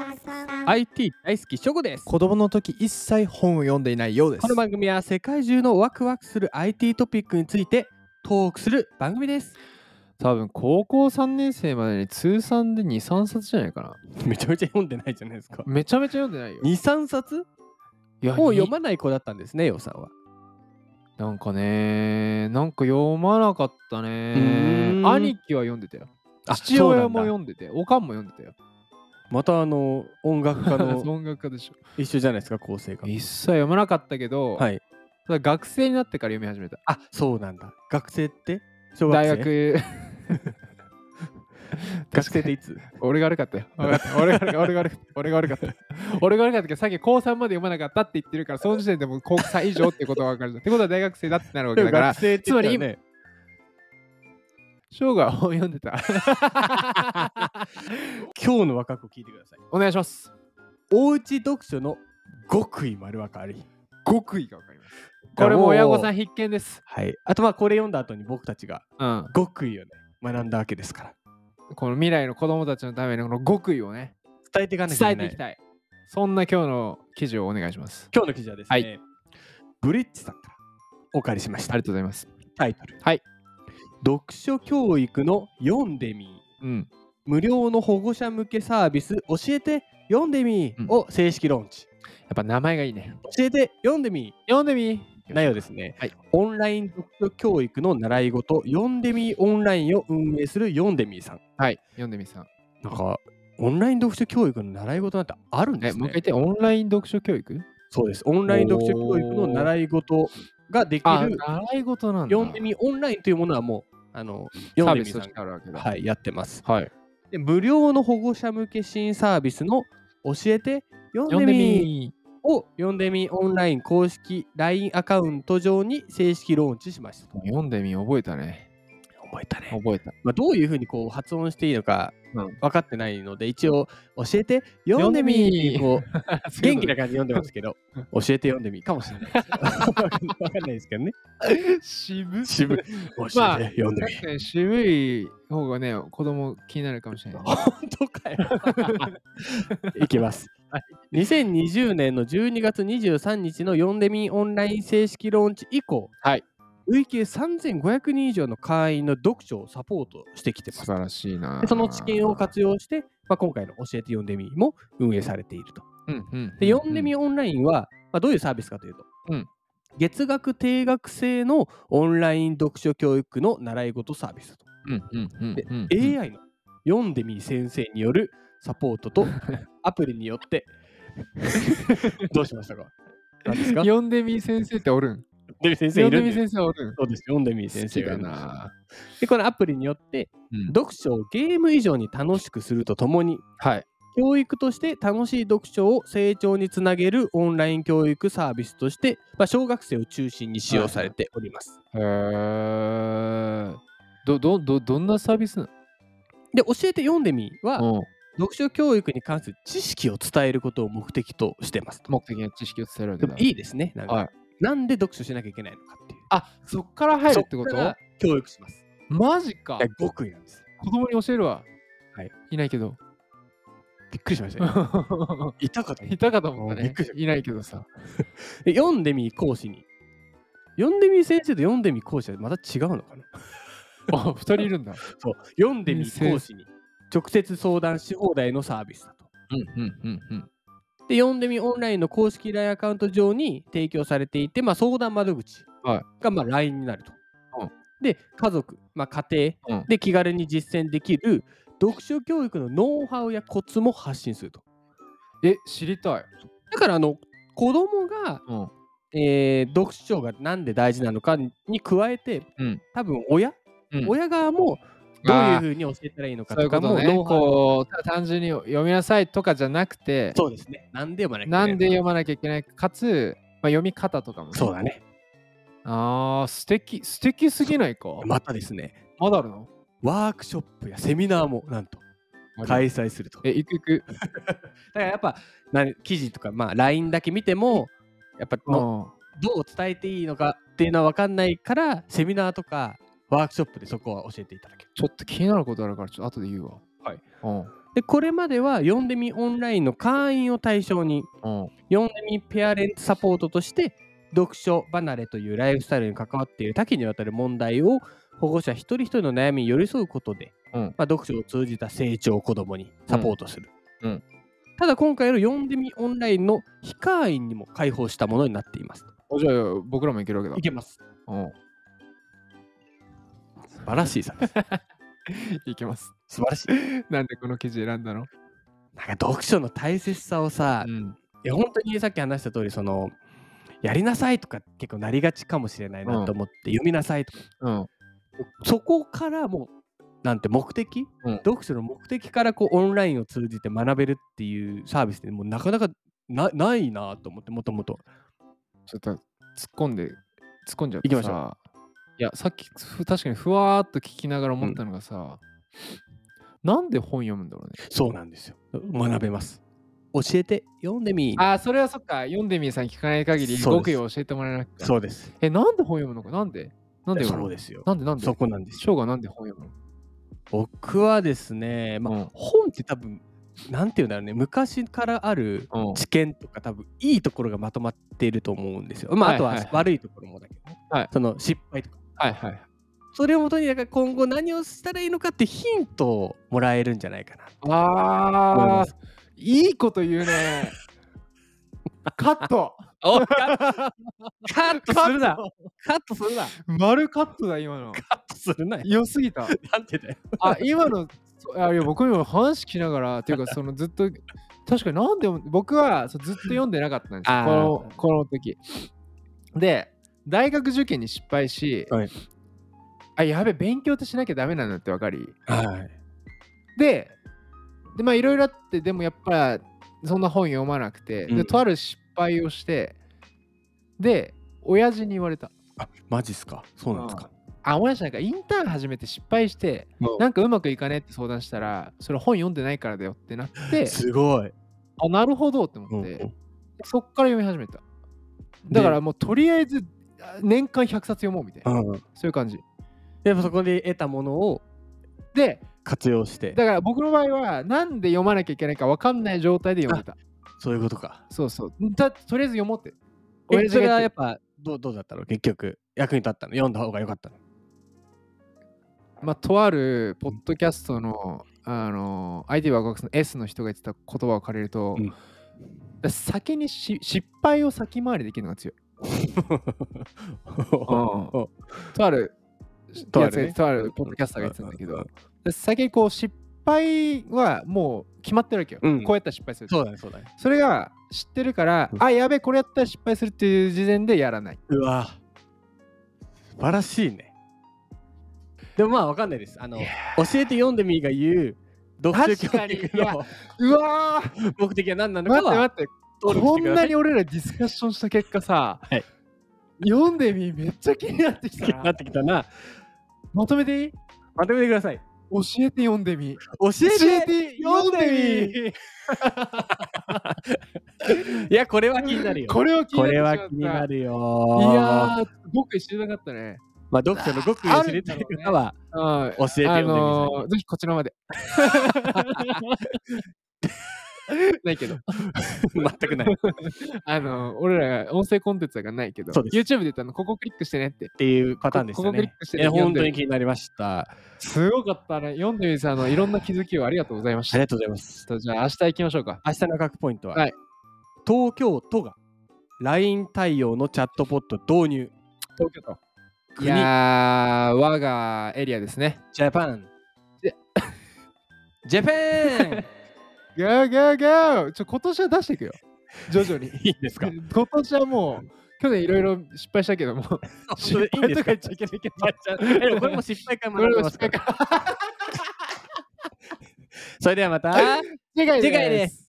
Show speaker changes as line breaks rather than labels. ん
IT 大好きショゴですこ
子供の時一切本を読んでいないようです。
の番組は世界中のワクワクする IT トピックについてトークする番組です
多分高校3年生までに通算で2、3冊じゃないかな。
めちゃめちゃ読んでないじゃない ですか
めちゃめちゃ読んでないよ。
23冊
いや
本を
に
読まない子だったんですねようさんは
なんかね、なんか読まなかったね
うー。ん
兄貴は読んでたよ。父
そうなん
親
だ
も読んでて、おかんも読んでたよ。
またあの音楽家 の
音楽家でしょ。
一緒じゃないですか構成が
一切読まなかったけど、
はい
ただ学生になってから読み始めた。
あそうなんだ学生って小学
大
生
学。
学生っていつ
俺が悪かったよ。悪かった俺が悪かった。俺が悪かった。俺が悪かった。俺が悪かったけど、さっき高3まで読まなかったって言ってるから、その時点でもう高3以上ってことは分かるじゃん。ってことは大学生だってなるわけだから、
生って言ったら
つま
ね
翔が本読んでた。
今日の若く聞いてください
お願いします。
おうち読書の極意丸わかり
極意が分かります。これも親御さん必見です。
はいあとはこれ読んだ後に僕たちが
うん。
極意をね学んだわけですから
この未来の子供たちのためのこの極意をね、
伝えていかなきゃ
伝
い
え
けな
て
い
いきたい。そんな今日の記事をお願いします。
今日の記事はですね、
はい
ブリッジさんからお借りしまし
あ
た
りがとうございます。
タイトル
はい
読書教育の読んでみー
うん。
無料の保護者向けサービス教えて読んでみ
うん
ーを正式ローンチ、
やっぱ名前がいいね。
教えて読んでみ
読んでみ
ー内容ですね、
はい
オンライン読書教育の習い事読んでみーオンラインを運営する読んでみーさん
はい。読んでみさん。
なんかオンライン読書教育の習い事なんてあるんで
え、
す
もう
ね
一回言って、オンライン読書教育
そうですオンライン読書教育の習い事ができ
あ、
る
習い事なんだ。
読んでみオンラインというものはもうあの
サ
読
ー
んでみ
ビス
さん
とし
が
てあるわけだ。
はい、やってます。
はい。
で無料の保護者向け新サービスの教えて読んでみを読んでみオンライン公式 LINE アカウント上に正式ローンチしましたと。
読んでみ、覚えたね。
覚えたね。
覚え た。
まあ、どういうふうにこう発音していいのか
うん
分かってないので、一応教えて読んでみ
読んでみ
にこ う元気な感
だか
じで読んでますけ ど、教えて読んでみかもしれないですけど。分かんないですけどね。
ら。渋い。
渋い。教
まあ
えて読んでみ。
確かに渋い方がね、子供気になるかもしれない。
本当かよ。 いきます。2020年の12月23日の読んでみオンライン正式ローンチ以降、
はい
累計3500人以上の会員の読書をサポートしてきてま
素
す。
晴らしいな
で。その知見を活用して、まあ、今回の教えて読んでみも運営されていると。
うんうん。
で、読んでみ
よ
オンラインは、まあ、どういうサービスかというと、
うん
月額定額制のオンライン読書教育の習い事サービスと。
うん。うんうん
で
うんうん。
AI の読んでみ先生によるサポート とアプリによってどうしましたか何ですか読
読んでみ先生っておるん
んでみ先生
読
い
んで
るん
み
です
先生おるん
そうです読んでみ先生がいる
好き
ん
だ
です
な。
でこのアプリによって
うん
読書をゲーム以上に楽しくするとともに
はい。
教育として楽しい読書を成長につなげるオンライン教育サービスとして、まあ、小学生を中心に使用されております。
へーど、ど、ど、どんなサービスな
で教えて読んでみは
のうん
読書教育に関する知識を伝えることを目的としてますと。
目的な知識を伝えるわ
で
け
も
だ。
いいですね。なんか、
はい
なんで読書しなきゃいけないのかっていう。
あ、そっから入るってこ
そから
と
教育します。
マジか。
極意なんです。
子供に教えるわ。
はい。
いないけ ど。
びっくりしましたよ。
い
いたかと思った
かと思った
びっ
ね
くりし。た
いないけ どさ。
で読んでみ講師に。読んでみ先生と読んでみ講師はまた違うのかな
あ、二人いるんだ。
そう。読んでみ講師に直接相談し放題のサービスだと。
うんうんうんうん。
で、読んでみオンラインの公式 LINE アカウント上に提供されていて、まあ、相談窓口
はい
がまあ LINE になると。
うん
で、家族、まあ、家
うん
庭で気軽に実践できる読書教育のノウハウやコツも発信すると。
え、知りたい。
だからあの子供が、
うん
えー読書がなんで大事なのかにに加えて、
うん
多分親、
うん
親側もどういうふうに教えたらいいのか
そうい
と
うこ
か
と
も
ね。
ノウハウ
こう、た単純に読みなさいとかじゃなくて、
そうですね。なんで読まなきゃいけ
な
ないの
んで読まなきゃいけないか、かつ、まあ、読み方とかも、ね。
そうだね。
ああ、素敵、素敵すぎないか。
またですね、
まだあるの
ワークショップやセミナーもなんと開催すると。だ
え、行く行く。
からやっぱな記事とか、まあ、LINE だけ見てもやっぱの
うん
どう伝えていいのかっていうのは分かんないからセミナーとかワークショップでそこは教えていただける。
ちょっと気になることあるから、ちょっと後で言うわ。
はい。
うん。
でこれまでは読んでみオンラインの会員を対象に
うん。
読んでみペアレントサポートとして読書離れというライフスタイルに関わっている多岐にわたる問題を保護者一人一人の悩みに寄り添うことで、
うん
まあ、読書を通じた成長を子どもにサポートする、
うんうん
ただ今回の読んでみオンラインの非会員にも開放したものになっています
おじゃあ、僕らもいけるわけだ
い。けます
うん。
素晴らしい さ
い けます。
素晴らしい
なんでこの記事選んだの
なんか読書の大切さをさ、
ん。
いや本当にさっき話した通りそのやりなさいとか結構なりがちかもしれないなと思って、読みなさいとか
うん。
そこからもうなんて目的、
うん
読書の目的からこうオンラインを通じて学べるっていうサービスってもうなかなかなないなと思ってもともと
ちょっと突っ込んで、突っ込んじゃっ
行
て
き
さ。
ましょう
いや、さっきふ確かにふわーっと聞きながら思ったのがさ、なんで本読むんだろうね。
そうなんですよ学べます教えて読んでみ
ああ、それはそっか。読んでみーさん聞かない限り、
そう
極
です
意を教えてもらえなくて。
そうです
え、なんで本読むのかなんでなんで読む
そう
の
ですよ
なんでなんで
そこなんですよ
翔がなんで本読むの
僕はですねまあ、
うん
本って多分なんていうんだろうね昔からある
うん
知見とか多分いいところがまとまっていると思うんですよ。まあ、
は
あ
い
と
はい
は
はい
悪いところもだけど、ね
はい
その失敗とか
はいはい。
それをもとになんか今後何をしたらいいのかってヒントをもらえるんじゃないかなと思い
あ
ま
あ
す。、
いいこと言 うね。カット
おカッカットするなカットするな
丸カットだ、今の。
カットするなよ
良すぎた。
なんてだよ。
あ、今の、そあいや僕今話聞きながら、っていうか、そのずっと、確かになんで、僕はそうずっと読んでなかったんです
あ
よ、
ー
このこの時。で、大学受験に失敗し、
はい
あ、やべ、勉強ってしなきゃダメなんだって分かり。
はい。
で、でまあいろいろあって、でもやっぱそんな本読まなくて、
う
で
ん
とある失敗をして、で、親父に言われた。
あマジっすかそうなんですか。
あ、親父なんかインターン始めて失敗して、
うん
なんかうまくいかねえって相談したら、それ本読んでないからだよってなって、
すごい。
あ、なるほどって
うん
思っ
う
て、
ん
そっから読み始めた。だからもうとりあえずあ年間100冊読もうみたいな、
うん、
そういう感じ。
やっぱそこで得たものを
で、
活用して
だから僕の場合は、なんで読まなきゃいけないか分かんない状態で読んでた。
そういうことか。
そうそう。だとりあえず読もうって。
え
親父
それ
が言っ
は
て
やっぱどうどうだったの結局役に立ったの読んだ方が良かったの
まあ、とあるポッドキャストの、あの IT ワクワクスの S の人が言ってた言葉を借りると、
うん
だ先にし失敗を先回りできるのが強い。
うん
とある
と
と
あ
あ
る
る、
ね
とあるポッドキャスターが言ってたんだけ
うんう
ど
ん、
で先にこう失敗はもう決まってるわけよ。
うん
こうやったら失敗する。
そうだねそうだね
それが知ってるから、
うん
あ、やべえ、これやったら失敗するっていう事前でやらない。
うわ素晴らしいねでもまあわかんないですあの
い
教
や
えて読んでみーが言う読書
確か
教
に
育の
うわー
目的は何なの
待
か
って待
は
って、
登録し
こ
て
ん
くださ
ないに俺らディスカッションした結果さ、
はい
読んでみめっちゃ気になってきた
な
な
っ。てきたな
まとめていい教
まとめてください
えて読んでみ。
教
教
えて
て
読んで いやこれは気になるよ
これは気に
こ
なって
れ
しま
は
った
気になるよ
いやー、僕知らなかったね。
まあ読書の極意を知りたい方は
あ
教えて
あ
読んでみーさん
のー、ぜひこちらまで。 ないけど、
全くない。っ
あのー、俺らが音声コンテンツがないけど、
そうです
YouTube で言ったの、ここクリックしてねって。
ていうパターンでした
ここクリッ
ね。
クして
え
ね
本当に気になりました。あ
すごかったね。読んでみさんのいろんな気づきをありがとうございま
り
した。
がとうございます。
ちょっとじゃあ明日行きましょうか。
明日の各ポイントは、
はい
東京都が LINE 対応のチャットボット導入、
東京都。い
国、
やー、我がエリアですね。
ジャパン
ジャ、
ジャ パン
ガーガーガーちょ、今年は出して いくよ。徐々に。
いいんです か
今年はもう、去年いろいろ失敗したけども、失
いいん
敗
で
と
すか
か言っちゃいけないけど、
えでもこれも失敗から
これ
学べ
も
ま
失
すか
敗
ら
か。
それではまた。
次回。
次回です